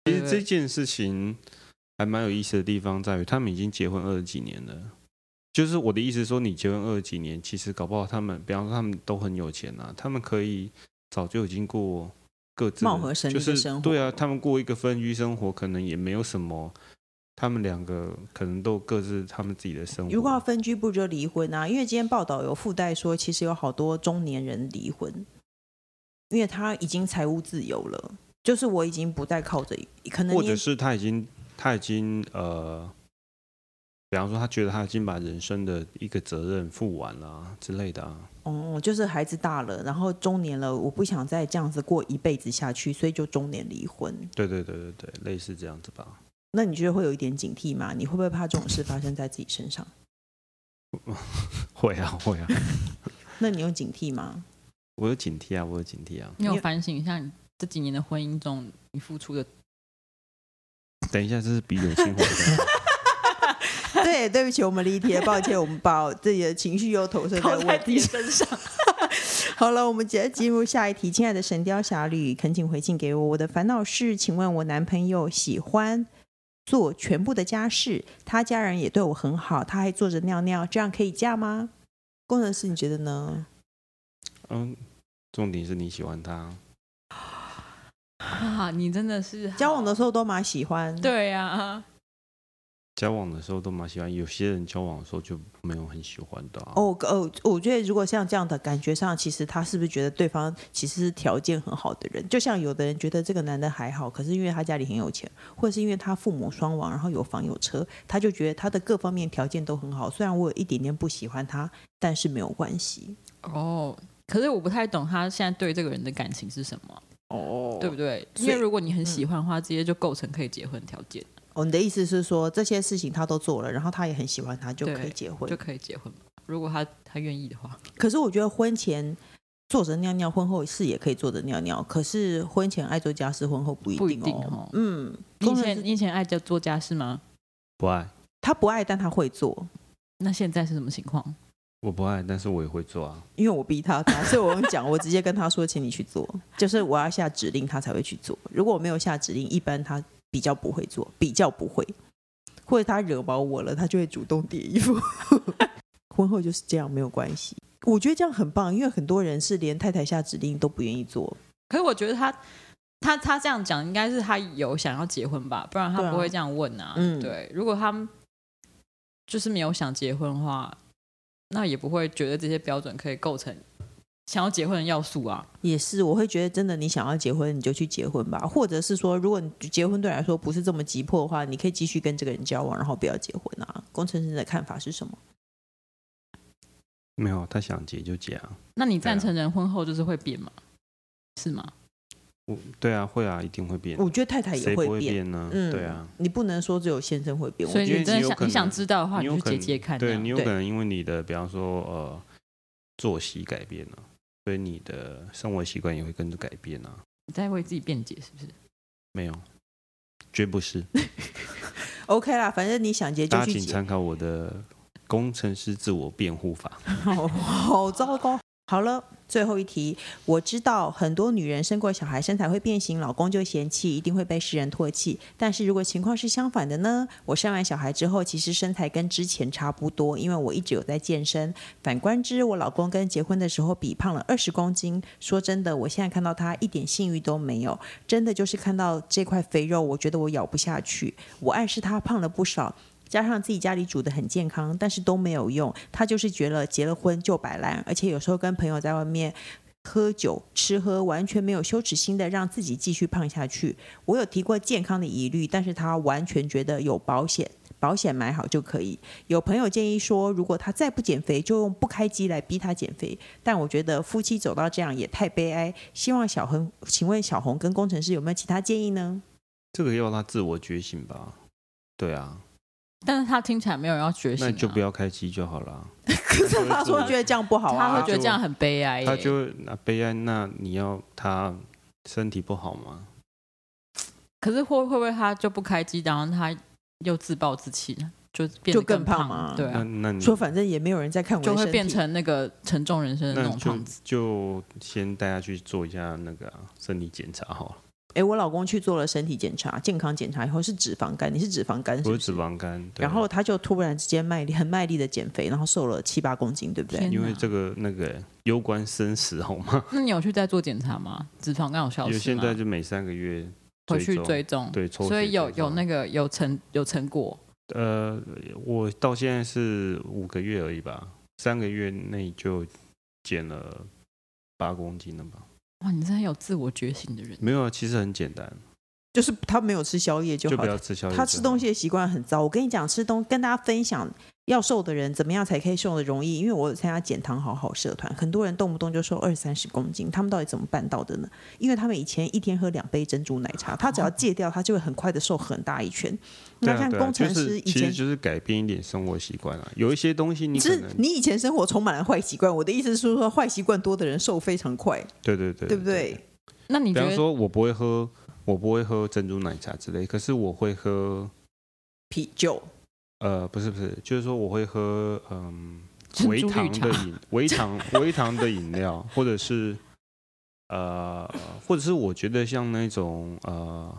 [SPEAKER 2] 其实
[SPEAKER 3] 对
[SPEAKER 2] 这件事情还蛮有意思的地方在于，他们已经结婚二十几年了。就是我的意思是说，你结婚二十几年，其实搞不好他们，比方说他们都很有钱啊，他们可以早就已经过各自的
[SPEAKER 1] 貌合神离
[SPEAKER 2] 就
[SPEAKER 1] 的
[SPEAKER 2] 是
[SPEAKER 1] 生活
[SPEAKER 2] 对啊，他们过一个分居生活，可能也没有什么。他们两个可能都各自他们自己的生活。
[SPEAKER 1] 如果要分居，不如就离婚啊？因为今天报道有附带说，其实有好多中年人离婚，因为他已经财务自由了，就是我已经不再靠着，可能
[SPEAKER 2] 或
[SPEAKER 1] 你
[SPEAKER 2] 者是他已经他已经呃，比方说他觉得他已经把人生的一个责任负完了、啊、之类的啊，
[SPEAKER 1] 哦，就是孩子大了，然后中年了，我不想再这样子过一辈子下去，所以就中年离婚。
[SPEAKER 2] 对对对对对，类似这样子吧。
[SPEAKER 1] 那你觉得会有一点警惕吗？你会不会怕这种事发生在自己身上？
[SPEAKER 2] 会啊会啊，
[SPEAKER 1] 那你有警惕吗？
[SPEAKER 2] 我有警惕啊，我有警惕啊。
[SPEAKER 3] 你有反省一下你这几年的婚姻中你付出的
[SPEAKER 2] 等一下，这是笔友心活动，
[SPEAKER 1] 对，对不起，我们离题了，抱歉，我们把自己的情绪又投射在
[SPEAKER 3] 投在
[SPEAKER 1] 问
[SPEAKER 3] 自
[SPEAKER 1] 题
[SPEAKER 3] 己身上。
[SPEAKER 1] 好了，我们直接进入下一题。亲爱的《神雕侠侣》，恳请回信给我。我的烦恼是，请问我男朋友喜欢做全部的家事，他家人也对我很好，他还坐着尿尿，这样可以嫁吗？工程师，你觉得呢？
[SPEAKER 2] 嗯，重点是你喜欢他，
[SPEAKER 3] 啊，你真的是
[SPEAKER 1] 交往的时候都蛮喜欢，，
[SPEAKER 3] 对啊，
[SPEAKER 2] 交往的时候都蛮喜欢，有些人交往的时候就没有很喜欢的、啊。
[SPEAKER 1] 哦哦，我觉得如果像这样的感觉上，其实他是不是觉得对方其实是条件很好的人？就像有的人觉得这个男的还好，可是因为他家里很有钱，或者是因为他父母双亡，然后有房有车，他就觉得他的各方面条件都很好。虽然我有一点点不喜欢他，但是没有关系。
[SPEAKER 3] 哦。可是我不太懂他现在对这个人的感情是什么，
[SPEAKER 1] 哦
[SPEAKER 3] 对不对？
[SPEAKER 1] 所以
[SPEAKER 3] 因为如果你很
[SPEAKER 2] 嗯
[SPEAKER 3] 喜欢的话，这些就构成可以结婚条件，
[SPEAKER 1] 哦，你的意思是说这些事情他都做了，然后他也很喜欢他，就可以
[SPEAKER 3] 对
[SPEAKER 1] 结婚
[SPEAKER 3] 就。可以结婚嘛。如果他他愿意的话，
[SPEAKER 1] 可是我觉得婚前坐着尿尿，婚后是也可以坐着尿尿。可是婚前爱做家事，婚后不一定哦。
[SPEAKER 3] 不一定哦
[SPEAKER 1] 嗯，
[SPEAKER 3] 你以
[SPEAKER 1] 工程师
[SPEAKER 3] 前你以前爱做做家事吗？
[SPEAKER 2] 不爱，
[SPEAKER 1] 他不爱，但他会做，
[SPEAKER 3] 那现在是什么情况？
[SPEAKER 2] 我不爱，但是我也会做啊。
[SPEAKER 1] 因为我逼他他，所以我用讲，我直接跟他说，请你去做，就是我要下指令，他才会去做。如果我没有下指令，一般他比较不会做，比较不会，或者他惹毛我了，他就会主动叠衣服。 婚后就是这样，没有关系。我觉得这样很棒，因为很多人是连太太下指令都不愿意做。
[SPEAKER 3] 可是我觉得他他他这样讲，应该是他有想要结婚吧，不然
[SPEAKER 1] 对
[SPEAKER 3] 他
[SPEAKER 1] 啊
[SPEAKER 3] 不会这样问啊。
[SPEAKER 1] 嗯
[SPEAKER 3] 对，如果他们就是没有想结婚的话，那也不会觉得这些标准可以构成想要结婚的要素啊。
[SPEAKER 1] 也是，我会觉得真的，你想要结婚你就去结婚吧，或者是说，如果你结婚对你来说不是这么急迫的话，你可以继续跟这个人交往，然后不要结婚啊。工程师的看法是什么？
[SPEAKER 2] 没有，他想结就结啊。
[SPEAKER 3] 那你赞成人婚后就是会变吗？是吗？
[SPEAKER 2] 我对啊，会啊，一定会变。
[SPEAKER 1] 我觉得太太也
[SPEAKER 2] 谁不
[SPEAKER 1] 变，
[SPEAKER 2] 变呢？
[SPEAKER 1] 嗯，
[SPEAKER 2] 对啊，，
[SPEAKER 1] 你不能说只有先生会变，
[SPEAKER 3] 所以
[SPEAKER 1] 我觉
[SPEAKER 3] 你
[SPEAKER 1] 得
[SPEAKER 3] 真的
[SPEAKER 2] 因为你有可能
[SPEAKER 3] 想你想知道的话，
[SPEAKER 2] 你
[SPEAKER 3] 啊你
[SPEAKER 2] 有
[SPEAKER 3] 就
[SPEAKER 2] 可
[SPEAKER 3] 解
[SPEAKER 2] 能
[SPEAKER 3] 解看这
[SPEAKER 2] 对
[SPEAKER 3] 样。
[SPEAKER 2] 你有
[SPEAKER 1] 对
[SPEAKER 2] 可能因为你的，比方说呃，作息改变了、所以你的生活习惯也会跟着改变啊。
[SPEAKER 3] 你在为自己辩解是不是？
[SPEAKER 2] 没有，绝不是。
[SPEAKER 1] OK 啦，反正你想结就啊
[SPEAKER 2] 大家
[SPEAKER 1] 去
[SPEAKER 2] 请
[SPEAKER 1] 结，
[SPEAKER 2] 参考我的工程师自我辩护法。
[SPEAKER 1] 好 好糟糕。好了，最后一题，我知道很多女人生过小孩，身材会变形，老公就嫌弃，一定会被世人唾弃。但是如果情况是相反的呢？我生完小孩之后，其实身材跟之前差不多，因为我一直有在健身。反观之，我老公跟结婚的时候比胖了二十公斤。说真的，我现在看到他一点性欲都没有，真的就是看到这块肥肉，我觉得我咬不下去。我暗示他胖了不少，加上自己家里煮的很健康，但是都没有用。他就是觉得结了婚就摆烂，而且有时候跟朋友在外面喝酒吃喝，完全没有羞耻心的让自己继续胖下去。我有提过健康的疑虑，但是他完全觉得有保险。保险买好就可以。有朋友建议说，如果他再不减肥，就用不开机来逼他减肥。但我觉得夫妻走到这样也太悲哀。希望小红，请问小红跟工程师有没有其他建议呢？
[SPEAKER 2] 这个要他自我觉醒吧。对啊，
[SPEAKER 3] 但是他听起来没有要觉醒、啊，
[SPEAKER 2] 那就不要开机就好了。啊
[SPEAKER 1] 可是他说觉得这样不好啊，
[SPEAKER 3] 他会觉得这样很悲哀、耶
[SPEAKER 2] 他就那悲哀，那你要他身体不好吗？
[SPEAKER 3] 可是会会不会他就不开机，然后他又自暴自弃呢？就变得
[SPEAKER 1] 就更
[SPEAKER 3] 更
[SPEAKER 1] 胖
[SPEAKER 3] 胖
[SPEAKER 1] 嘛
[SPEAKER 3] 对
[SPEAKER 2] 那
[SPEAKER 3] 啊，
[SPEAKER 2] 那你
[SPEAKER 1] 说反正也没有人在看我的
[SPEAKER 3] 就会
[SPEAKER 1] 身体
[SPEAKER 3] 变成那个沉重人生的那
[SPEAKER 2] 那
[SPEAKER 3] 种
[SPEAKER 2] 就
[SPEAKER 3] 胖子。
[SPEAKER 2] 就先带他去做一下那个啊身体检查好了。
[SPEAKER 1] 哎、我老公去做了身体检查、健康检查以后是脂肪肝，你是脂肪肝是不
[SPEAKER 2] 我是
[SPEAKER 1] 是
[SPEAKER 2] 脂？肪肝，对啊
[SPEAKER 1] 然后他就突然之间卖力、很卖力的减肥，然后瘦了七八公斤，对不对
[SPEAKER 3] 天？
[SPEAKER 2] 因为
[SPEAKER 3] 哪
[SPEAKER 2] 这个那个攸关生死，好吗？
[SPEAKER 3] 那你有去再做检查吗？脂肪肝有消
[SPEAKER 2] 因
[SPEAKER 3] 失
[SPEAKER 2] 为
[SPEAKER 3] 吗？
[SPEAKER 2] 现在就每三个月
[SPEAKER 3] 回去
[SPEAKER 2] 踪
[SPEAKER 3] 追踪，
[SPEAKER 2] 对抽血
[SPEAKER 3] 所以有
[SPEAKER 2] 追踪
[SPEAKER 3] 有那个有成有成果，
[SPEAKER 2] 呃，我到现在是五个月而已吧，三个月内就减了八公斤了吧？
[SPEAKER 3] 哇！你真的有自我觉醒的人，
[SPEAKER 2] 没有啊，其实很简单，
[SPEAKER 1] 就是他没有吃宵夜就
[SPEAKER 2] 就
[SPEAKER 1] 好
[SPEAKER 2] 不要
[SPEAKER 1] 了。
[SPEAKER 2] 吃宵夜就好。
[SPEAKER 1] 他吃东西的习惯很糟。我跟你讲，吃东跟大家分享，要瘦的人怎么样才可以瘦的容易？因为我有参加减糖好好社团，很多人动不动就瘦二三十公斤，他们到底怎么办到的呢？因为他们以前一天喝两杯珍珠奶茶，他只要戒掉，他就会很快的瘦很大一圈。那
[SPEAKER 2] 对啊，
[SPEAKER 1] 像
[SPEAKER 2] 对啊
[SPEAKER 1] 工程
[SPEAKER 2] 就是
[SPEAKER 1] 师以
[SPEAKER 2] 其
[SPEAKER 1] 前
[SPEAKER 2] 实就是改变一点生活习惯啊。有一些东西你可
[SPEAKER 1] 是
[SPEAKER 2] 能
[SPEAKER 1] 你以前生活充满了坏习惯，我的意思是说，坏习惯多的人瘦非常快，
[SPEAKER 2] 对对对
[SPEAKER 1] 对不对？？
[SPEAKER 3] 那你
[SPEAKER 2] 比
[SPEAKER 3] 觉
[SPEAKER 2] 方
[SPEAKER 3] 得
[SPEAKER 2] 说，我不会喝，我不会喝珍珠奶茶之类，可是我会喝，
[SPEAKER 1] 啤酒，
[SPEAKER 2] 呃，不是不是，就是说我会喝，嗯，
[SPEAKER 3] 珍
[SPEAKER 2] 微
[SPEAKER 3] 珠绿
[SPEAKER 2] 糖
[SPEAKER 3] 茶
[SPEAKER 2] 的饮，微糖微糖的饮料，或者是呃，或者是我觉得像那种呃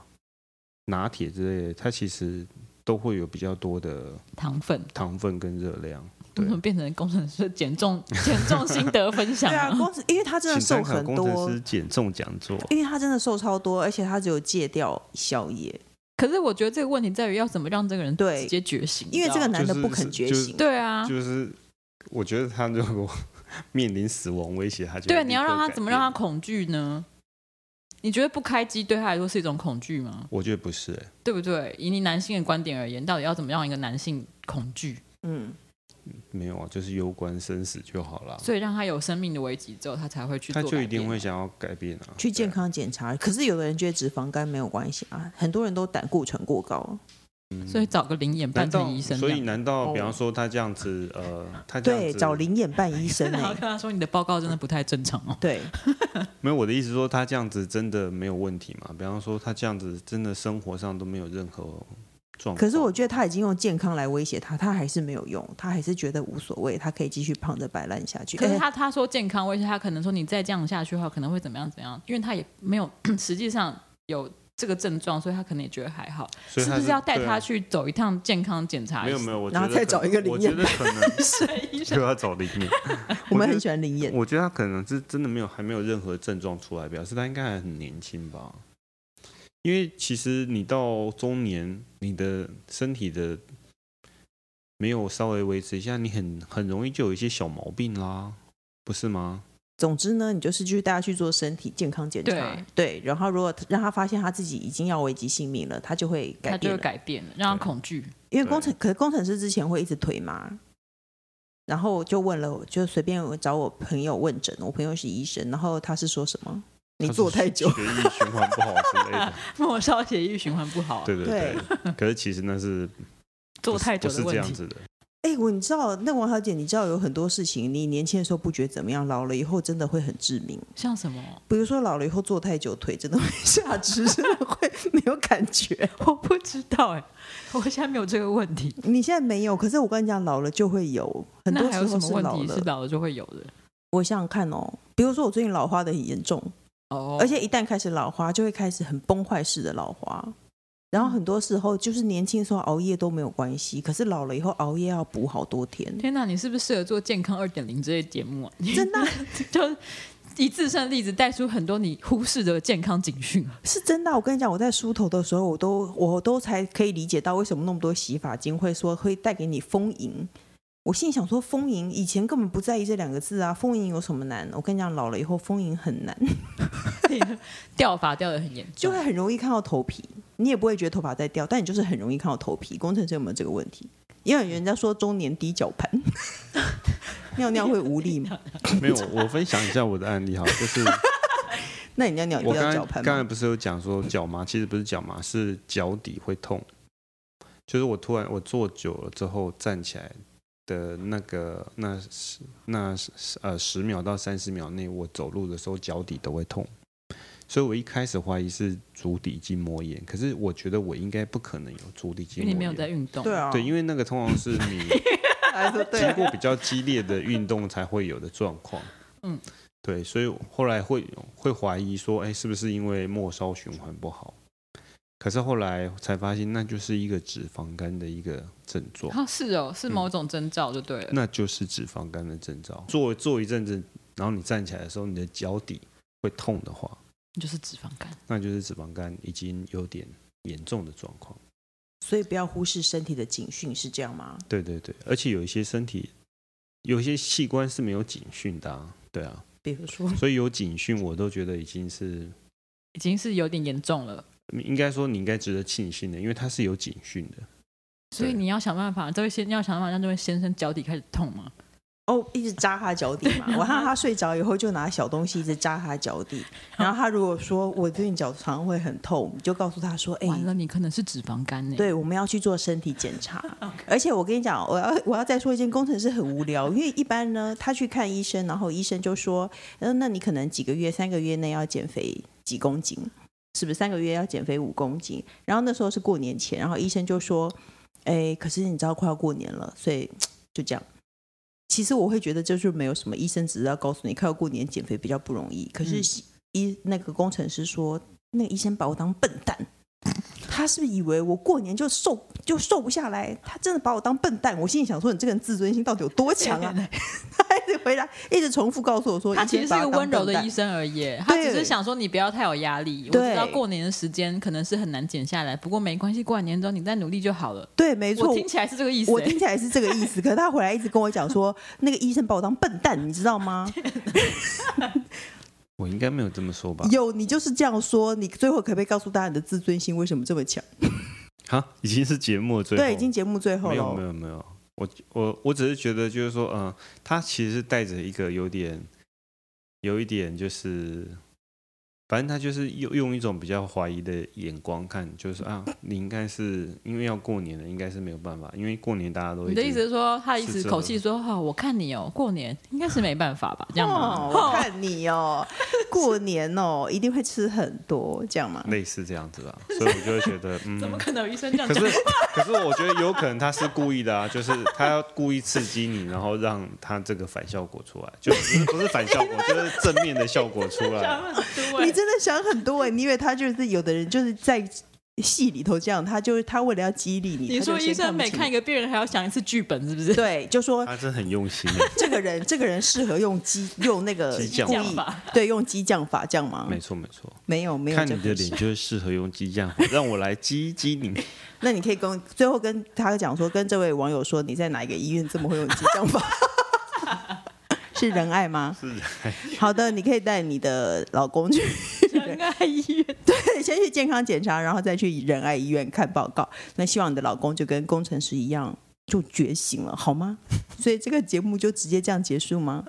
[SPEAKER 2] 拿铁之类的，它其实都会有比较多的
[SPEAKER 3] 糖分
[SPEAKER 2] 糖分跟热量。
[SPEAKER 3] 怎
[SPEAKER 2] 对
[SPEAKER 3] 么 变成工程师减重减重心得分享
[SPEAKER 1] 对啊，
[SPEAKER 3] 啊？
[SPEAKER 1] 公司因为他真的
[SPEAKER 2] 请
[SPEAKER 1] 瘦
[SPEAKER 2] 参考
[SPEAKER 1] 很
[SPEAKER 2] 工
[SPEAKER 1] 多
[SPEAKER 2] 程，师减重讲座。
[SPEAKER 1] 因为他真的瘦超多，而且他只有戒掉宵夜，
[SPEAKER 3] 可是我觉得这个问题在于要怎么让这个人
[SPEAKER 1] 对
[SPEAKER 3] 直接觉醒，
[SPEAKER 1] 因为这个
[SPEAKER 3] 你知道吗
[SPEAKER 1] 男的
[SPEAKER 2] 就
[SPEAKER 1] 不
[SPEAKER 2] 是
[SPEAKER 1] 肯觉
[SPEAKER 2] 就是
[SPEAKER 1] 醒。
[SPEAKER 3] 对啊，
[SPEAKER 2] 就是我觉得他如果 面临死亡威胁，他就
[SPEAKER 3] 对，啊
[SPEAKER 2] 会
[SPEAKER 3] 你
[SPEAKER 2] 立
[SPEAKER 3] 要
[SPEAKER 2] 刻
[SPEAKER 3] 让他
[SPEAKER 2] 改
[SPEAKER 3] 怎么
[SPEAKER 2] 变
[SPEAKER 3] 让他？恐惧呢？你觉得不开机对他来说是一种恐惧吗？
[SPEAKER 2] 我觉得不是、欸，
[SPEAKER 3] 对不对？以你男性的观点而言，到底要怎么让一个男性恐惧？
[SPEAKER 1] 嗯，
[SPEAKER 2] 没有啊，就是攸关生死就好了。
[SPEAKER 3] 所以让他有生命的危机之后，他才会去
[SPEAKER 2] 他
[SPEAKER 3] 做
[SPEAKER 2] 就一
[SPEAKER 3] 改变
[SPEAKER 2] 定会想要改变啊，
[SPEAKER 1] 去
[SPEAKER 2] 对
[SPEAKER 1] 健
[SPEAKER 2] 啊。
[SPEAKER 1] 康检查，可是有的人觉得脂肪肝没有关系啊，很多人都胆固醇过高。
[SPEAKER 2] 嗯
[SPEAKER 3] 所以找个灵眼扮
[SPEAKER 2] 难道
[SPEAKER 3] 成医生这
[SPEAKER 2] 所以
[SPEAKER 3] 样。
[SPEAKER 2] 难道比方说他这样子，呃，他这样
[SPEAKER 1] 对，
[SPEAKER 2] 子
[SPEAKER 1] 找灵眼扮医 生
[SPEAKER 3] 真的，然后
[SPEAKER 1] 哎、
[SPEAKER 3] 跟他说你的报告真的不太正常哦。
[SPEAKER 1] 对，
[SPEAKER 2] 没有我的意思说他这样子真的没有问题嘛？比方说他这样子真的生活上都没有任何状况。
[SPEAKER 1] 可是我觉得他已经用健康来威胁他，他还是没有用，他还是觉得无所谓，他可以继续胖着摆烂下去。
[SPEAKER 3] 可是
[SPEAKER 1] 哎
[SPEAKER 3] 他他说健康威胁，他可能说你再这样下去的话，可能会怎么样怎么样，因为他也没有 实际上有这个症状，所以他可能也觉得还好。
[SPEAKER 2] 所以
[SPEAKER 3] 是
[SPEAKER 2] 他
[SPEAKER 3] 不是要带
[SPEAKER 2] 对啊
[SPEAKER 3] 他去走一趟健康检查？
[SPEAKER 2] 没有没有，我觉
[SPEAKER 1] 然后
[SPEAKER 2] 得
[SPEAKER 1] 再
[SPEAKER 2] 可
[SPEAKER 1] 找一个
[SPEAKER 2] 我
[SPEAKER 1] 灵
[SPEAKER 2] 觉
[SPEAKER 1] 验
[SPEAKER 2] 得可能
[SPEAKER 3] 有，医生
[SPEAKER 2] 就要找灵验。
[SPEAKER 1] 我们
[SPEAKER 2] 觉
[SPEAKER 1] 很
[SPEAKER 2] 得
[SPEAKER 1] 喜欢林演，
[SPEAKER 2] 我觉得他可能是真的没有还没有任何症状出来，表示他应该还很年轻吧。因为其实你到中年，你的身体的没有稍微维持一下，你很很容易就有一些小毛病啦，不是吗？
[SPEAKER 1] 总之呢，你就是去带他去做身体健康检查，对然后如果让他发现他自己已经要危及性命了，他就会改
[SPEAKER 3] 他就
[SPEAKER 1] 变
[SPEAKER 3] 会
[SPEAKER 1] 了。
[SPEAKER 3] 改变了，让他恐惧。
[SPEAKER 1] 因为工程，可是工程师之前会一直腿麻，然后就问了，就随便找我朋友问诊，我朋友是医生，然后他是说什么？你
[SPEAKER 2] 他是
[SPEAKER 1] 坐太久，
[SPEAKER 2] 血液循环不好之类的。
[SPEAKER 3] 末梢血液循环不好，
[SPEAKER 2] 对对对。可是其实那是
[SPEAKER 3] 坐
[SPEAKER 2] 不是
[SPEAKER 3] 太久
[SPEAKER 2] 不是
[SPEAKER 3] 的
[SPEAKER 2] 这
[SPEAKER 3] 问
[SPEAKER 2] 样
[SPEAKER 3] 题。
[SPEAKER 2] 子的。
[SPEAKER 1] 哎、我你知道，那王小姐，你知道有很多事情，你年轻的时候不觉得怎么样，老了以后真的会很致命。
[SPEAKER 3] 像什么？
[SPEAKER 1] 比如说老了以后坐太久，腿真的会 下肢，真的会 没有感觉。
[SPEAKER 3] 我不知道哎、 我现在没有这个问题。
[SPEAKER 1] 你现在没有，可是我跟你讲，老了就会有，很
[SPEAKER 3] 那
[SPEAKER 1] 多
[SPEAKER 3] 还
[SPEAKER 1] 时
[SPEAKER 3] 有什
[SPEAKER 1] 候
[SPEAKER 3] 么问
[SPEAKER 1] 老
[SPEAKER 3] 题
[SPEAKER 1] 了
[SPEAKER 3] 是。老了就会有的？
[SPEAKER 1] 我想想看哦，比如说我最近老花的很严重，
[SPEAKER 3] 哦
[SPEAKER 1] 而且一旦开始老花，就会开始很崩坏式的老花。然后很多时候就是年轻时候熬夜都没有关系，可是老了以后熬夜要补好多天，
[SPEAKER 3] 天哪，你是不是适合做健康二点零这类节目、啊？你
[SPEAKER 1] 真的啊
[SPEAKER 3] 就以自身例子带出很多你忽视的健康警讯 啊！
[SPEAKER 1] 是真的啊、我跟你讲，我在梳头的时候，我都我都才可以理解到为什么那么多洗发精会说会带给你丰盈。我心里想说，丰盈以前根本不在意这两个字啊，丰盈有什么难？我跟你讲，老了以后丰盈很难，
[SPEAKER 3] 掉发掉的很严
[SPEAKER 1] 就
[SPEAKER 3] 重
[SPEAKER 1] 会，很容易看到头皮，你也不会觉得头发在掉，但你就是很容易看到头皮。工程师有没有这个问题？因为人家说中年低脚盘， 尿尿会无 力嘛？
[SPEAKER 2] 没有，我分享一下我的案例哈，就是
[SPEAKER 1] 那你尿尿一
[SPEAKER 2] 我
[SPEAKER 1] 定要
[SPEAKER 2] 刚
[SPEAKER 1] 脚
[SPEAKER 2] 才
[SPEAKER 1] 盘
[SPEAKER 2] 刚才
[SPEAKER 1] 吗？
[SPEAKER 2] 不是有讲说脚麻，其实不是脚麻，是脚底会痛。就是我突然我坐久了之后站起来的那个那十那十呃十秒到三十秒内，我走路的时候脚底都会痛，所以我一开始怀疑是足底筋膜炎，可是我觉得我应该不可能有足底
[SPEAKER 3] 因
[SPEAKER 2] 筋膜
[SPEAKER 3] 为你
[SPEAKER 2] 炎。
[SPEAKER 3] 没有在运动。
[SPEAKER 1] 对，啊，
[SPEAKER 2] 对，因为那个通常是你
[SPEAKER 1] 还说 对
[SPEAKER 2] 经
[SPEAKER 1] 啊，
[SPEAKER 2] 过比较激烈的运动才会有的状况。
[SPEAKER 3] 嗯，
[SPEAKER 2] 对，所以后来会会怀疑说，哎，是不是因为末梢循环不好？可是后来才发现，那就是一个脂肪肝的一个症状，
[SPEAKER 3] 啊是哦，
[SPEAKER 2] 嗯
[SPEAKER 3] 是某种征兆就对了。
[SPEAKER 2] 那就是脂肪肝的征兆。坐坐一阵子，然后你站起来的时候，你的脚底会痛的话，
[SPEAKER 3] 就是脂肪肝，
[SPEAKER 2] 那就是脂肪肝已经有点严重的状况。
[SPEAKER 1] 所以不要忽视身体的警讯，是这样吗？
[SPEAKER 2] 对对对，而且有一些身体有一些器官是没有警讯的、啊，对啊，
[SPEAKER 1] 比如说，
[SPEAKER 2] 所以有警讯我都觉得已经是
[SPEAKER 3] 已经是有点严重了，
[SPEAKER 2] 应该说你应该值得庆幸的，因为它是有警讯的。
[SPEAKER 3] 所以你要想办法，这位先要想办法让这位先生脚底开始痛嘛。
[SPEAKER 1] 哦，一直扎他脚底 嘛。我怕他睡着以后就拿小东西一直扎他脚底，然后他如果说我最近脚常常会很痛，你就告诉 他说，哎、
[SPEAKER 3] 完了，你可能是脂肪肝呢、，
[SPEAKER 1] 对，我们要去做身体检查。而且我跟你讲，我要我要再说一件，工程师很无聊，因为一般呢，他去看医生，然后医生就说，嗯、那你可能几个月、三个月内要减肥几公斤，是不是？三个月要减肥五公斤。然后那时候是过年前，然后医生就说，哎，可是你知道快要过年了，所以就这样。其实我会觉得就是没有什么，医生只是要告诉你，快要过年减肥比较不容易。可是
[SPEAKER 3] 嗯
[SPEAKER 1] 医那个工程师说，那个医生把我当笨蛋。他是不是以为我过年就瘦就瘦不下来？他真的把我当笨蛋？我心里想说，你这个人自尊心到底有多强啊？他一直回答，一个重复告诉我说，
[SPEAKER 3] 他其实是一个温柔的医
[SPEAKER 1] 生。
[SPEAKER 3] 生而已，他只是想说你不要太有压力。我
[SPEAKER 1] 对
[SPEAKER 3] 知道过年的时间可能是很难减下来，不过没关系，过完年之后你再努力就好了。
[SPEAKER 1] 对，没错
[SPEAKER 3] 我，听起来是这个意思、
[SPEAKER 1] 我听起来是这个意思。可是他回来一直跟我讲说，那个医生把我当笨蛋，你知道 吗？
[SPEAKER 2] 我应该没有这么说吧？
[SPEAKER 1] 有，你就是这样说。你最后可不可以告诉大家你的自尊心为什么这么强？
[SPEAKER 2] 哈，已经是节目的最后，
[SPEAKER 1] 对，已经节目最后
[SPEAKER 2] 没有没
[SPEAKER 1] 了。
[SPEAKER 2] 有没有，我我我只是觉得就是说，嗯、他其实是带着一个有点有一点就是反正他就是用用一种比较怀疑的眼光看，就是啊，你应该是因为要过年了，应该是没有办法，因为过年大家都会
[SPEAKER 3] 你的
[SPEAKER 2] 觉
[SPEAKER 3] 意思
[SPEAKER 2] 得
[SPEAKER 3] 是说，他的意思
[SPEAKER 2] 是这
[SPEAKER 3] 口气说：“哈、我看你哦，过年应该是没办法吧？”这样吗？
[SPEAKER 1] 哦，我看你哦，过年哦，一定会吃很多，这样吗？
[SPEAKER 2] 类似这样子吧，所以我就会 觉得，嗯，
[SPEAKER 3] 怎么可能有医生这 样
[SPEAKER 2] 可
[SPEAKER 3] 讲？
[SPEAKER 2] 是，可是我觉得有可能他是故意的啊，就是他要故意刺激你，然后让他这个反效果出来，就不是不是反效果，就是正面的效果出来。
[SPEAKER 1] 你真的想很多哎、你以为他就是有的人就是在戏里头这样，他就是他为了要激励你，
[SPEAKER 3] 你说
[SPEAKER 1] 他就先
[SPEAKER 3] 医生每看一
[SPEAKER 1] 个
[SPEAKER 3] 个病人还要想一次剧本，是不是？
[SPEAKER 1] 对，就说
[SPEAKER 2] 他真的很用心，欸
[SPEAKER 1] 这个人这个人适合用激用那个
[SPEAKER 2] 激将
[SPEAKER 1] 故
[SPEAKER 2] 法
[SPEAKER 1] 意对用激将法这样吗？
[SPEAKER 2] 没错没错。
[SPEAKER 1] 没有没有
[SPEAKER 2] 看
[SPEAKER 1] 这
[SPEAKER 2] 你的
[SPEAKER 1] 回事
[SPEAKER 2] 脸就是适合用激将法，让我来激激你。
[SPEAKER 1] 那你可以跟最后跟他讲说，跟这位网友说你在哪一个医院这么会用激将 法？ 是仁爱吗？
[SPEAKER 2] 是
[SPEAKER 1] 好的，你可以带你的老公 去
[SPEAKER 3] 仁爱医院，
[SPEAKER 1] 对， 先去健康检查，然后再去仁爱医院看报告。那希望你的老公就跟工程师一样，就觉醒了，好吗？所以这个节目就直接这样结束吗？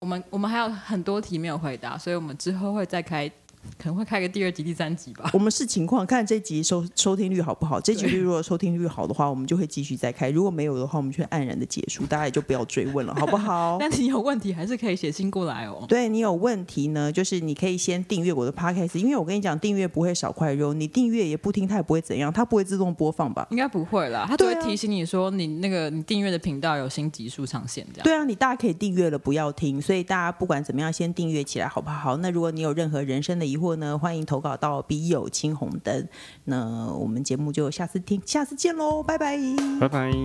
[SPEAKER 3] 我们我们还有很多题没有回答，所以我们之后会再开，可能会开个第二集、第三集吧。
[SPEAKER 1] 我们视情况看这集收收听率好不好。这集如果收听率好的话，我们就会继续再开；如果没有的话，我们就会黯然的结束，大家也就不要追问了，好不 好？
[SPEAKER 3] 但你有问题还是可以写信过来哦。
[SPEAKER 1] 哦对你有问题呢，就是你可以先订阅我的 podcast，因为我跟你讲，订阅不会少块肉，你订阅也不听，它也不会怎样，它不会自动播放吧？
[SPEAKER 3] 应该不会啦，他都会
[SPEAKER 1] 对啊
[SPEAKER 3] 提醒你说你那个你订阅的频道有新集数上线这样。
[SPEAKER 1] 对啊，你大家可以订阅了，不要听。所以大家不管怎么样，先订阅起来好不好？那如果你有任何人生的疑惑呢，欢迎投稿到笔友青红灯。那我们节目就下次听，下次见喽，拜拜。
[SPEAKER 2] 拜拜。